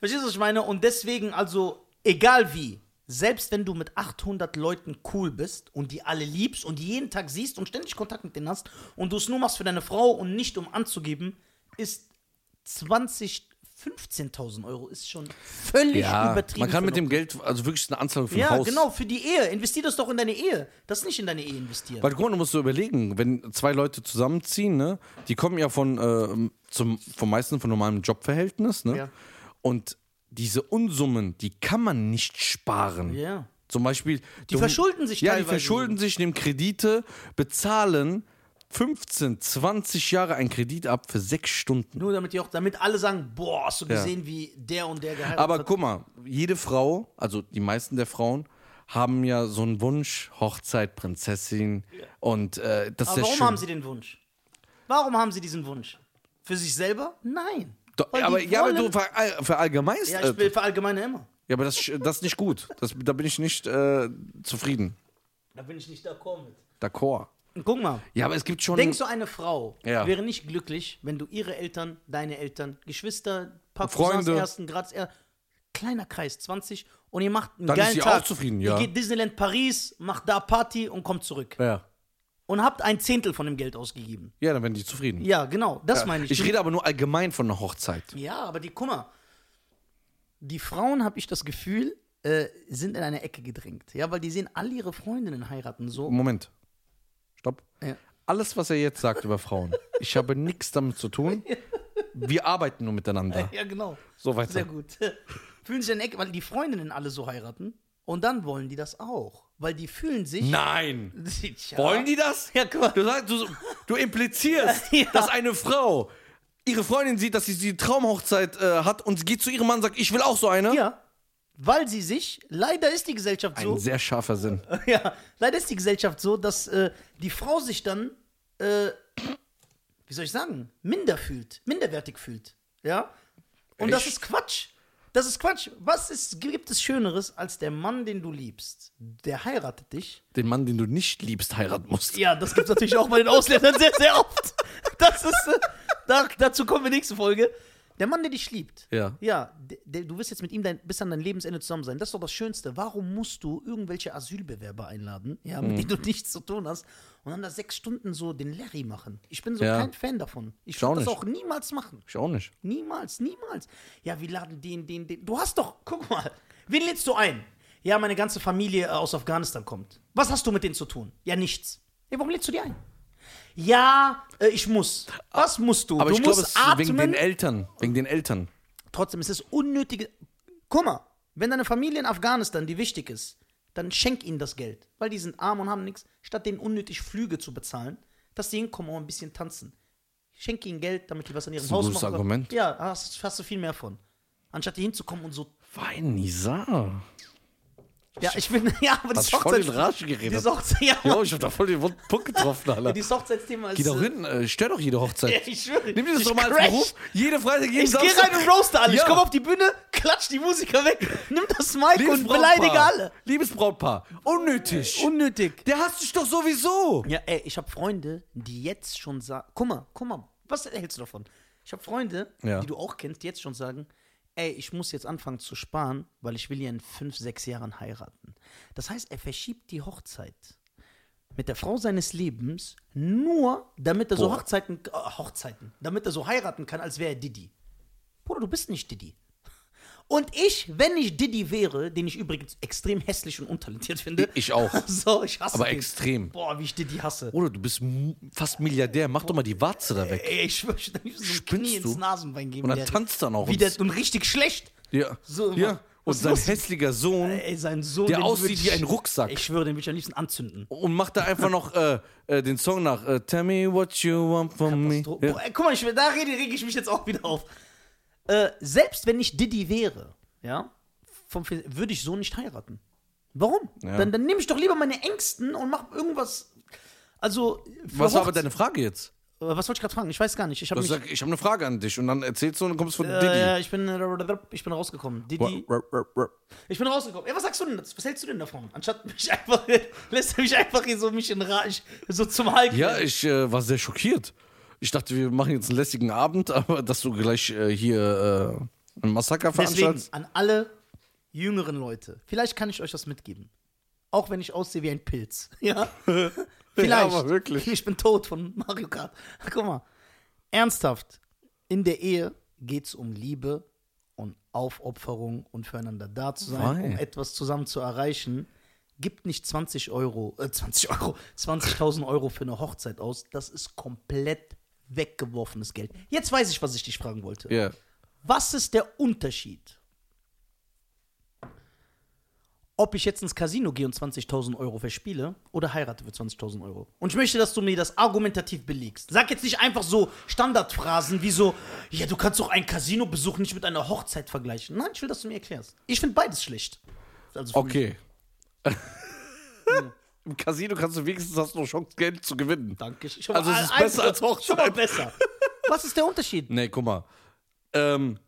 Speaker 1: Verstehst du, was ich meine? Und deswegen, also, egal wie, selbst wenn du mit 800 Leuten cool bist und die alle liebst und die jeden Tag siehst und ständig Kontakt mit denen hast und du es nur machst für deine Frau und nicht um anzugeben, ist 20, 15.000 Euro ist schon völlig
Speaker 2: Ja,
Speaker 1: übertrieben.
Speaker 2: man kann
Speaker 1: für
Speaker 2: mit
Speaker 1: eine-
Speaker 2: dem Geld, also wirklich eine Anzahlung für ein
Speaker 1: Ja,
Speaker 2: Haus.
Speaker 1: genau, für die Ehe. Investier das doch in deine Ehe. Das ist nicht in deine Ehe investieren.
Speaker 2: Weil guck mal, du musst so überlegen, wenn zwei Leute zusammenziehen, ne, die kommen ja von äh, zum vom meisten von normalem Jobverhältnis, ne?
Speaker 1: Ja.
Speaker 2: Und diese Unsummen, die kann man nicht sparen.
Speaker 1: Ja.
Speaker 2: Zum Beispiel. Die
Speaker 1: verschulden sich
Speaker 2: Ja, die
Speaker 1: teilweise.
Speaker 2: verschulden sich, nehmen Kredite, bezahlen 15, 20 Jahre einen Kredit ab für sechs Stunden.
Speaker 1: Nur damit die auch, damit alle sagen, boah, hast du
Speaker 2: Ja.
Speaker 1: gesehen, wie der und der geheiratet
Speaker 2: Aber
Speaker 1: hat.
Speaker 2: guck mal, jede Frau, also die meisten der Frauen, haben ja so einen Wunsch, Hochzeit, Prinzessin und äh, das
Speaker 1: Aber
Speaker 2: ist ja
Speaker 1: warum
Speaker 2: schön.
Speaker 1: haben sie den Wunsch? Warum haben sie diesen Wunsch? Für sich selber? Nein.
Speaker 2: Doch,
Speaker 1: Weil die
Speaker 2: aber, ja, aber
Speaker 1: wollen-
Speaker 2: du verall- verallgemeinst.
Speaker 1: Ja,
Speaker 2: äh,
Speaker 1: ich will verallgemeine immer.
Speaker 2: ja, aber das, ist- das ist nicht gut. Das, da bin ich nicht äh, zufrieden.
Speaker 1: Da bin ich nicht d'accord mit.
Speaker 2: D'accord.
Speaker 1: Und guck mal.
Speaker 2: Ja, aber es gibt schon.
Speaker 1: Denkst du, eine Frau
Speaker 2: Ja.
Speaker 1: wäre nicht glücklich, wenn du ihre Eltern, deine Eltern, Geschwister, paar
Speaker 2: Freunde.
Speaker 1: Cousins ersten Grads, er, kleiner Kreis, 20, und ihr macht einen
Speaker 2: Dann ist
Speaker 1: geilen
Speaker 2: sie auch
Speaker 1: Tag.
Speaker 2: zufrieden, ja.
Speaker 1: Ihr geht Disneyland Paris, macht da Party und kommt zurück.
Speaker 2: ja.
Speaker 1: Und habt ein Zehntel von dem Geld ausgegeben.
Speaker 2: ja, dann werden die zufrieden.
Speaker 1: Ja, genau, das meine ich.
Speaker 2: Ich rede aber nur allgemein von einer Hochzeit.
Speaker 1: Ja, aber die, guck mal, die Frauen, habe ich das Gefühl, äh, sind in eine Ecke gedrängt. Ja, weil die sehen alle ihre Freundinnen heiraten so.
Speaker 2: Moment. Stopp.
Speaker 1: Ja.
Speaker 2: Alles, was er jetzt sagt über Frauen, ich habe nichts damit zu tun. Wir arbeiten nur miteinander.
Speaker 1: Ja, genau.
Speaker 2: So weiter.
Speaker 1: Sehr gut. fühlen sich in eine Ecke, weil die Freundinnen alle so heiraten. Und dann wollen die das auch. Weil die fühlen sich.
Speaker 2: Nein!
Speaker 1: Tja.
Speaker 2: Wollen die das?
Speaker 1: Ja, guck mal.
Speaker 2: Du, sagst, du, du implizierst,
Speaker 1: Ja.
Speaker 2: dass eine Frau ihre Freundin sieht, dass sie die Traumhochzeit äh, hat und geht zu ihrem Mann und sagt, ich will auch so eine.
Speaker 1: Ja. Weil sie sich, leider ist die Gesellschaft so,
Speaker 2: Ein sehr scharfer Sinn.
Speaker 1: ja, leider ist die Gesellschaft so, dass äh, die Frau sich dann äh, wie soll ich sagen, minder fühlt, minderwertig fühlt. Ja? Und das
Speaker 2: Echt?
Speaker 1: ist Quatsch. Das ist Quatsch. Was ist, gibt es Schöneres als der Mann, den du liebst? Der heiratet dich.
Speaker 2: Den Mann, den du nicht liebst, heiraten musst.
Speaker 1: Ja, das gibt es natürlich auch bei den Ausländern sehr, sehr oft. Das ist, äh, da, dazu kommen wir nächste Folge. Der Mann, der dich liebt.
Speaker 2: Ja.
Speaker 1: Ja, de- de- du wirst jetzt mit ihm dein, bis an dein Lebensende zusammen sein. Das ist doch das Schönste. Warum musst du irgendwelche Asylbewerber einladen, ja,
Speaker 2: Mhm.
Speaker 1: mit denen du nichts zu tun hast, und dann da sechs Stunden so den Larry machen? Ich bin so
Speaker 2: Ja.
Speaker 1: kein Fan davon. Ich
Speaker 2: auch
Speaker 1: würde das
Speaker 2: nicht.
Speaker 1: auch niemals machen.
Speaker 2: Ich auch nicht.
Speaker 1: Niemals, niemals. Ja, wir laden den, den, den. Du hast doch, guck mal, wen lädst du ein? Ja, meine ganze Familie äh, aus Afghanistan kommt. Was hast du mit denen zu tun? Ja, nichts. Ja, warum lädst du die ein? Ja, äh, ich muss. Was musst du?
Speaker 2: Aber
Speaker 1: du
Speaker 2: ich
Speaker 1: musst
Speaker 2: glaube, es ist wegen den Eltern. Wegen den Eltern.
Speaker 1: Trotzdem ist es unnötige. Guck mal, wenn deine Familie in Afghanistan, die wichtig ist, dann schenk ihnen das Geld, weil die sind arm und haben nichts, statt denen unnötig Flüge zu bezahlen, dass die hinkommen und ein bisschen tanzen. Schenk ihnen Geld, damit die was an ihrem
Speaker 2: ein
Speaker 1: Haus
Speaker 2: gutes
Speaker 1: machen.
Speaker 2: Argument.
Speaker 1: Ja, hast, hast du viel mehr von. Anstatt hier hinzukommen und so.
Speaker 2: Wein, Nisa.
Speaker 1: Ja, ich bin. Ja, aber
Speaker 2: Hast
Speaker 1: die
Speaker 2: du voll
Speaker 1: Hochzeit.
Speaker 2: den Rage
Speaker 1: Die
Speaker 2: geredet?
Speaker 1: Hochzeit, ja,
Speaker 2: Jo, ich hab da voll den wunden Punkt getroffen, Alter.
Speaker 1: dieses Hochzeitsthema ist.
Speaker 2: Geh doch
Speaker 1: äh,
Speaker 2: hin, äh, stör doch jede Hochzeit.
Speaker 1: Ja, ich schwöre.
Speaker 2: Nimm dir das
Speaker 1: ich
Speaker 2: doch mal als
Speaker 1: crash.
Speaker 2: Beruf. Jede Freitag, jeden
Speaker 1: äh, Ich geh rein und roaste alle.
Speaker 2: Ja.
Speaker 1: Ich komm auf die Bühne, klatsch die Musiker weg, nimm das Mic
Speaker 2: Liebes
Speaker 1: und
Speaker 2: Brautpaar.
Speaker 1: beleidige alle.
Speaker 2: Liebes Brautpaar, unnötig.
Speaker 1: Unnötig.
Speaker 2: Der hasst dich doch sowieso.
Speaker 1: Ja, ey, ich habe Freunde, die jetzt schon sagen, guck mal, guck mal, was hältst du davon? Ich habe Freunde,
Speaker 2: Ja.
Speaker 1: die du auch kennst, die jetzt schon sagen, ey, ich muss jetzt anfangen zu sparen, weil ich will ja in fünf, sechs Jahren heiraten. Das heißt, er verschiebt die Hochzeit mit der Frau seines Lebens nur, damit er so
Speaker 2: Boah.
Speaker 1: Hochzeiten, äh, Hochzeiten, damit er so heiraten kann, als wäre er Didi. Bruder, du bist nicht Didi. Und ich, wenn ich Didi wäre, den ich übrigens extrem hässlich und untalentiert finde.
Speaker 2: Ich auch.
Speaker 1: So, ich hasse
Speaker 2: Aber
Speaker 1: den.
Speaker 2: extrem.
Speaker 1: Boah, wie ich Didi hasse.
Speaker 2: Oder du bist mu- fast Milliardär, mach doch mal die Warze da weg.
Speaker 1: Ey, ich schwöre, ich würde so ein
Speaker 2: Spinnst
Speaker 1: Knie
Speaker 2: du?
Speaker 1: ins Nasenbein geben.
Speaker 2: Und dann
Speaker 1: der-
Speaker 2: tanzt er noch
Speaker 1: Wie
Speaker 2: und-
Speaker 1: der, und richtig schlecht.
Speaker 2: Ja.
Speaker 1: So,
Speaker 2: ja.
Speaker 1: Mann.
Speaker 2: Und
Speaker 1: Was
Speaker 2: sein
Speaker 1: muss-
Speaker 2: hässlicher Sohn,
Speaker 1: Ey, sein Sohn.
Speaker 2: der
Speaker 1: den würd
Speaker 2: aussieht
Speaker 1: ich-
Speaker 2: wie ein Rucksack.
Speaker 1: Ich schwöre, den würde ich am liebsten anzünden.
Speaker 2: Und macht da einfach noch äh, äh, den Song nach. Äh, Tell me what you want from me.
Speaker 1: Katastro-
Speaker 2: Ja.
Speaker 1: Boah, ey, guck mal, ich, da rede, reg ich mich jetzt auch wieder auf. Äh, selbst wenn ich Diddy wäre, ja, vom, Fe- würde ich so nicht heiraten. Warum?
Speaker 2: Ja.
Speaker 1: Dann, dann nehme ich doch lieber meine Ängsten und mach irgendwas. Also, für
Speaker 2: Was war aber
Speaker 1: Hochze-
Speaker 2: deine Frage jetzt?
Speaker 1: Äh, was wollte ich gerade fragen? Ich weiß gar nicht. Ich habe
Speaker 2: Du hast
Speaker 1: mich.
Speaker 2: gesagt, ich habe eine Frage an dich und dann erzählst du und dann kommst du von
Speaker 1: Äh, ja, ich bin, ich bin rausgekommen. Diddy.
Speaker 2: Diddy. Rup, rup, rup, rup.
Speaker 1: Ich bin rausgekommen. Ey, was sagst du denn dazu? Was hältst du denn davon? Anstatt mich einfach, lässt er mich einfach hier so mich in Ra ich- so zum Halten.
Speaker 2: Ja, ich äh, war sehr schockiert. Ich dachte, wir machen jetzt einen lästigen Abend, aber dass du gleich äh, hier äh, ein Massaker
Speaker 1: Deswegen
Speaker 2: veranstaltest.
Speaker 1: an alle jüngeren Leute. Vielleicht kann ich euch das mitgeben. Auch wenn ich aussehe wie ein Pilz. Ja. Vielleicht.
Speaker 2: aber wirklich.
Speaker 1: Ich bin tot von Mario Kart. Guck mal. Ernsthaft. In der Ehe geht's um Liebe und Aufopferung und füreinander da zu sein,
Speaker 2: Wei.
Speaker 1: um etwas zusammen zu erreichen. Gibt nicht 20 Euro, äh, 20 Euro, 20.000 Euro für eine Hochzeit aus. Das ist komplett weggeworfenes Geld. Jetzt weiß ich, was ich dich fragen wollte.
Speaker 2: Ja.
Speaker 1: Was ist der Unterschied? Ob ich jetzt ins Casino gehe und 20.000 Euro verspiele oder heirate für 20.000 Euro. Und ich möchte, dass du mir das argumentativ belegst. Sag jetzt nicht einfach so Standardphrasen wie so, ja, du kannst doch einen Casinobesuch nicht mit einer Hochzeit vergleichen. Nein, ich will, dass du mir erklärst. Ich finde beides schlecht. Also für mich.
Speaker 2: Okay. Im Casino kannst du wenigstens hast du noch Chance, Geld zu gewinnen.
Speaker 1: Danke. Ich hoffe,
Speaker 2: Also es ist
Speaker 1: ein-
Speaker 2: besser als
Speaker 1: Schon mal
Speaker 2: Hochzeit.
Speaker 1: besser. Was ist der Unterschied?
Speaker 2: Nee, guck mal. Ähm,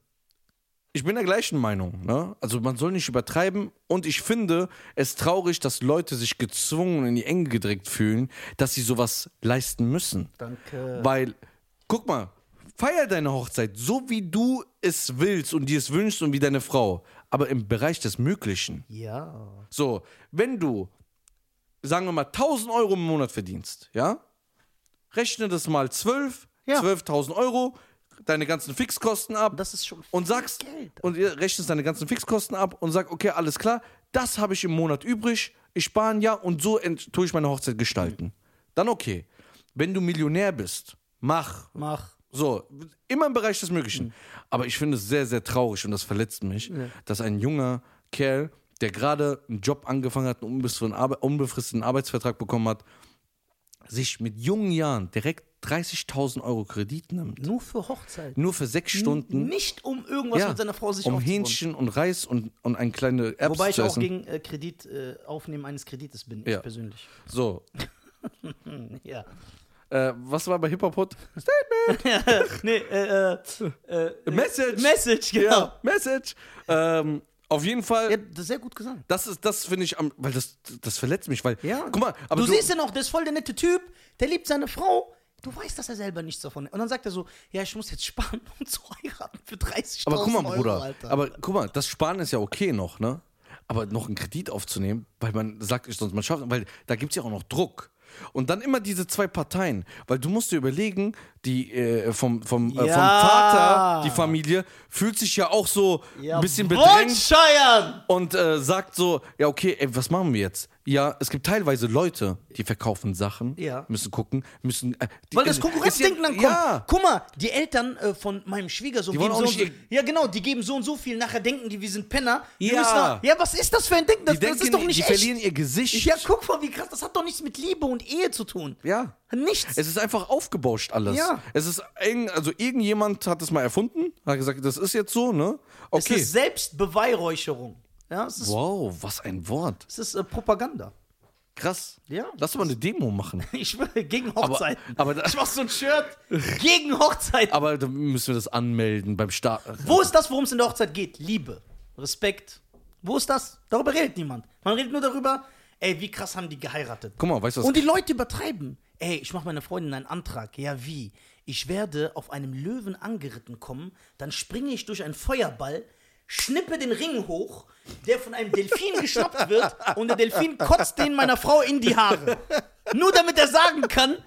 Speaker 2: ich bin der gleichen Meinung. Ne? Also man soll nicht übertreiben. Und ich finde es traurig, dass Leute sich gezwungen in die Enge gedrängt fühlen, dass sie sowas leisten müssen.
Speaker 1: Danke.
Speaker 2: Weil, guck mal, feier deine Hochzeit so, wie du es willst und dir es wünschst und wie deine Frau. Aber im Bereich des Möglichen.
Speaker 1: Ja.
Speaker 2: So, wenn du, sagen wir mal, 1000 Euro im Monat verdienst, ja? Rechne das mal 12,
Speaker 1: Ja.
Speaker 2: 12.000 Euro, deine ganzen Fixkosten ab
Speaker 1: Das ist schon.
Speaker 2: und sagst,
Speaker 1: Geld.
Speaker 2: und ihr rechnest deine ganzen Fixkosten ab und sagst, okay, alles klar, das habe ich im Monat übrig, ich spare ein Jahr und so ent- tue ich meine Hochzeit gestalten.
Speaker 1: Mhm.
Speaker 2: Dann okay. Wenn du Millionär bist, mach,
Speaker 1: Mach.
Speaker 2: so, immer im Bereich des Möglichen.
Speaker 1: Mhm.
Speaker 2: Aber ich finde es sehr, sehr traurig und das verletzt mich, dass ein junger Kerl, der gerade einen Job angefangen hat, einen unbefristeten, Arbe unbefristeten Arbeitsvertrag bekommen hat, sich mit jungen Jahren direkt 30.000 Euro Kredit nimmt.
Speaker 1: Nur für Hochzeit.
Speaker 2: Nur für sechs Stunden.
Speaker 1: Nicht um irgendwas
Speaker 2: Ja,
Speaker 1: mit seiner Frau sich
Speaker 2: um
Speaker 1: aufzubauen.
Speaker 2: Hähnchen und Reis und, und ein kleine Erbsen
Speaker 1: Wobei ich
Speaker 2: zu
Speaker 1: auch
Speaker 2: essen.
Speaker 1: gegen äh, Kredit äh, Aufnehmen eines Kredites bin,
Speaker 2: Ja.
Speaker 1: ich persönlich.
Speaker 2: so,
Speaker 1: Ja.
Speaker 2: Äh, was war bei Hip-Hop-Hut?
Speaker 1: nee, äh, äh, äh,
Speaker 2: Message.
Speaker 1: Message, genau.
Speaker 2: Ja, Message. Ähm, auf jeden Fall,
Speaker 1: Ja, das ist sehr gut gesagt.
Speaker 2: das ist, das finde ich am, weil das, das verletzt mich, weil,
Speaker 1: Ja.
Speaker 2: guck mal, aber
Speaker 1: du,
Speaker 2: du,
Speaker 1: siehst ja noch, der ist voll der nette Typ, der liebt seine Frau. Du weißt, dass er selber nichts davon hat. Und dann sagt er so, ja, ich muss jetzt sparen, um zu heiraten für 30
Speaker 2: aber guck mal,
Speaker 1: Euro,
Speaker 2: Bruder,
Speaker 1: Alter.
Speaker 2: aber guck mal, das Sparen ist ja okay noch, ne? Aber noch einen Kredit aufzunehmen, weil man sagt, ich sonst man schafft, weil da gibt es ja auch noch Druck. Und dann immer diese zwei Parteien, weil du musst dir überlegen, die äh, vom, vom, äh, vom
Speaker 1: Ja.
Speaker 2: Vater, die Familie, fühlt sich ja auch so ein bisschen bedrängt.
Speaker 1: Scheiern!
Speaker 2: und äh, sagt so, ja okay, ey, was machen wir jetzt? Ja, es gibt teilweise Leute, die verkaufen Sachen,
Speaker 1: Ja.
Speaker 2: müssen gucken, müssen... Äh, die,
Speaker 1: Weil das
Speaker 2: äh,
Speaker 1: Konkurrenzdenken dann
Speaker 2: ist
Speaker 1: kommt.
Speaker 2: Ja,
Speaker 1: Guck mal, die Eltern äh, von meinem Schwiegersohn
Speaker 2: Die wollen
Speaker 1: geben so
Speaker 2: auch
Speaker 1: und so.
Speaker 2: nicht
Speaker 1: Ja, genau, die geben so und so viel, nachher denken die, wir sind Penner. Wir
Speaker 2: Ja.
Speaker 1: müssen da- ja, was ist das für ein Denken? Das,
Speaker 2: die denken,
Speaker 1: das ist doch nicht
Speaker 2: die
Speaker 1: echt.
Speaker 2: verlieren ihr Gesicht.
Speaker 1: Ja, guck mal, wie krass, das hat doch nichts mit Liebe und Ehe zu tun.
Speaker 2: Ja.
Speaker 1: Nichts.
Speaker 2: Es ist einfach aufgebauscht alles.
Speaker 1: Ja.
Speaker 2: Es ist irgend, also irgendjemand hat es mal erfunden, hat gesagt, das ist jetzt so, ne? Okay.
Speaker 1: Es ist Selbstbeweihräucherung. Ja, es ist,
Speaker 2: wow, was ein Wort.
Speaker 1: es ist äh, Propaganda.
Speaker 2: Krass.
Speaker 1: Ja.
Speaker 2: Lass doch mal eine Demo machen.
Speaker 1: Ich will gegen Hochzeiten.
Speaker 2: aber da-
Speaker 1: ich mach so ein Shirt gegen Hochzeiten.
Speaker 2: Aber da müssen wir das anmelden beim Staat.
Speaker 1: Wo ist das, worum es in der Hochzeit geht? Liebe, Respekt. Wo ist das? Darüber redet niemand. Man redet nur darüber, ey, wie krass haben die geheiratet.
Speaker 2: Guck mal, weißt du was?
Speaker 1: Und die Leute übertreiben. Ey, ich mache meiner Freundin einen Antrag. Ja, wie? Ich werde auf einem Löwen angeritten kommen, dann springe ich durch einen Feuerball, schnippe den Ring hoch, der von einem Delfin geschnappt wird und der Delfin kotzt den meiner Frau in die Haare. Nur damit er sagen kann,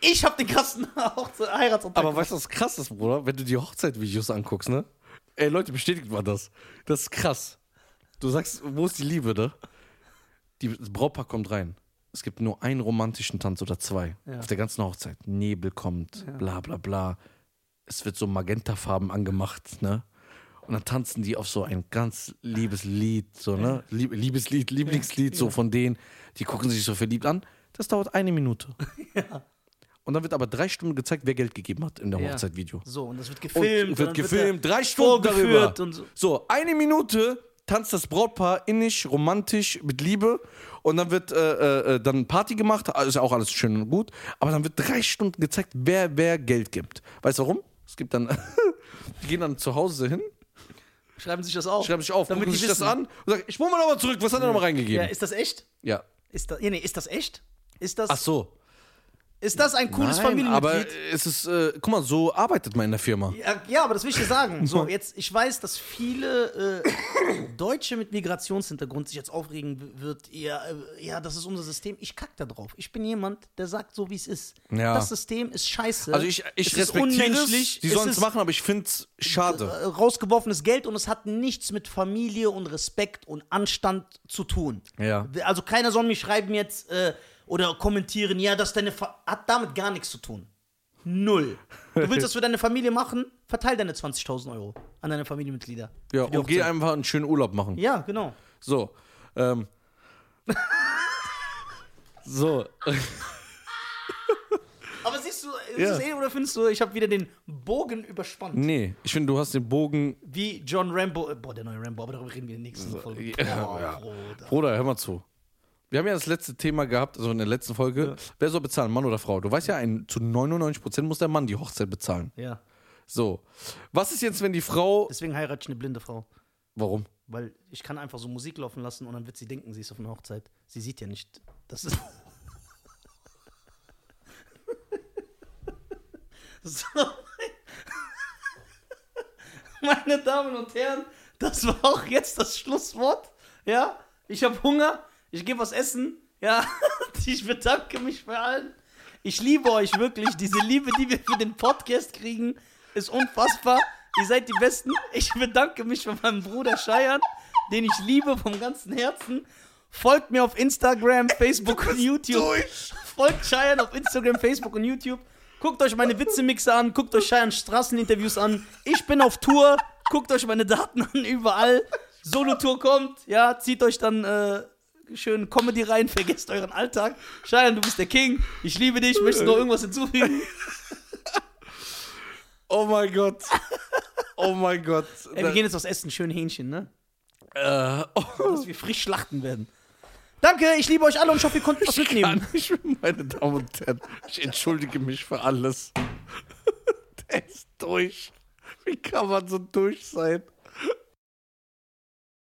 Speaker 1: ich habe den krassen Hochze- Heiratsantrag.
Speaker 2: Aber weißt du, was krass ist, Bruder? Wenn du die Hochzeitvideos anguckst, ne? Ey, Leute, bestätigt mal das. Das ist krass. Du sagst, wo ist die Liebe, ne? Die, das Brautpaar kommt rein. Es gibt nur einen romantischen Tanz oder zwei auf der ganzen Hochzeit. Nebel kommt, bla bla bla. Es wird so Magentafarben angemacht, ne? Und dann tanzen die auf so ein ganz liebes Lied, so, ne? Lieb, Liebeslied, Lieblingslied, so von denen. Die gucken sich so verliebt an. Das dauert eine Minute. Und dann wird aber drei Stunden gezeigt, wer Geld gegeben hat in der
Speaker 1: Ja.
Speaker 2: Hochzeitvideo.
Speaker 1: So, und das wird
Speaker 2: Und
Speaker 1: gefilmt.
Speaker 2: wird
Speaker 1: dann
Speaker 2: gefilmt,
Speaker 1: er
Speaker 2: drei Stunden darüber.
Speaker 1: vorgeführt Und so.
Speaker 2: So, eine Minute tanzt das Brautpaar innig, romantisch, mit Liebe. Und dann wird äh, äh, dann Party gemacht, ist ja auch alles schön und gut. Aber dann wird drei Stunden gezeigt, wer wer Geld gibt. Weißt du warum? Es gibt dann, die gehen dann zu Hause hin,
Speaker 1: Schreiben Sie sich das auf.
Speaker 2: schreiben sich auf,
Speaker 1: damit
Speaker 2: gucken
Speaker 1: die
Speaker 2: sich das
Speaker 1: wissen.
Speaker 2: an und sagen, ich hol mal nochmal zurück, was hat er nochmal
Speaker 1: Ja,
Speaker 2: reingegeben?
Speaker 1: ist das echt?
Speaker 2: Ja.
Speaker 1: Ist das, ja, nee, ist das echt? Ist das,
Speaker 2: Ach so.
Speaker 1: ist das ein cooles
Speaker 2: Nein, aber
Speaker 1: Familienmitglied?
Speaker 2: es ist, äh, guck mal, so arbeitet man in der Firma.
Speaker 1: Ja, ja, aber das will ich dir sagen. So, jetzt, ich weiß, dass viele äh, Deutsche mit Migrationshintergrund sich jetzt aufregen w- wird. Ja, äh, ja, das ist unser System. Ich kack da drauf. Ich bin jemand, der sagt so, wie es ist.
Speaker 2: Ja.
Speaker 1: Das System ist scheiße.
Speaker 2: Also ich, ich
Speaker 1: es
Speaker 2: respektiere
Speaker 1: ist
Speaker 2: es,
Speaker 1: unmenschlich.
Speaker 2: die
Speaker 1: es
Speaker 2: sollen
Speaker 1: ist,
Speaker 2: es machen, aber ich finde es schade.
Speaker 1: äh, rausgeworfenes Geld und es hat nichts mit Familie und Respekt und Anstand zu tun.
Speaker 2: Ja.
Speaker 1: Also keiner soll mir schreiben jetzt äh, oder kommentieren, ja, dass deine Fa hat damit gar nichts zu tun. Null. Du willst das für deine Familie machen? Verteil deine 20.000 Euro an deine Familienmitglieder.
Speaker 2: Ja,
Speaker 1: Für die
Speaker 2: und geh
Speaker 1: Hochzeit.
Speaker 2: einfach einen schönen Urlaub machen.
Speaker 1: ja genau.
Speaker 2: So. Ähm. so.
Speaker 1: Aber siehst du, ist
Speaker 2: Ja.
Speaker 1: es eh, oder findest du, ich habe wieder den Bogen überspannt?
Speaker 2: Nee, ich finde, du hast den Bogen.
Speaker 1: Wie John Rambo, äh, boah, der neue Rambo, aber darüber reden wir in der nächsten Folge.
Speaker 2: ja,
Speaker 1: Boah,
Speaker 2: ja.
Speaker 1: Bruder.
Speaker 2: Bruder, hör mal zu. Wir haben ja das letzte Thema gehabt, also in der letzten Folge. Wer soll bezahlen, Mann oder Frau? Du weißt ja, ein, zu 99% muss der Mann die Hochzeit bezahlen.
Speaker 1: ja.
Speaker 2: So. Was ist jetzt, wenn die Frau.
Speaker 1: Deswegen heirate ich eine blinde Frau.
Speaker 2: Warum?
Speaker 1: Weil ich kann einfach so Musik laufen lassen und dann wird sie denken, sie ist auf einer Hochzeit. Sie sieht ja nicht. Das ist. so. Meine Damen und Herren, das war auch jetzt das Schlusswort. Ja, ich habe Hunger. Ich gehe was essen. Ja, ich bedanke mich bei allen. Ich liebe euch wirklich. Diese Liebe, die wir für den Podcast kriegen, ist unfassbar. Ihr seid die Besten. Ich bedanke mich bei meinem Bruder Scheiern, den ich liebe vom ganzen Herzen. Folgt mir auf Instagram, Facebook und YouTube. Folgt Scheiern auf Instagram, Facebook und YouTube. Guckt euch meine Witzemixer an, guckt euch Scheierns Straßeninterviews an. Ich bin auf Tour, guckt euch meine Daten an, überall. Solo-Tour kommt, ja, zieht euch dann äh, schön Comedy rein, vergesst euren Alltag. Scheiern, du bist der King, ich liebe dich, möchtest du noch irgendwas hinzufügen?
Speaker 2: Oh mein Gott. Oh mein Gott.
Speaker 1: Ey, wir gehen jetzt was essen, schön Hähnchen, ne?
Speaker 2: äh, oh.
Speaker 1: Dass wir frisch schlachten werden. Danke, ich liebe euch alle und ich hoffe, ihr konntet was mitnehmen.
Speaker 2: Kann ich, meine Damen und Herren. Ich entschuldige mich für alles. Der ist durch. Wie kann man so durch sein?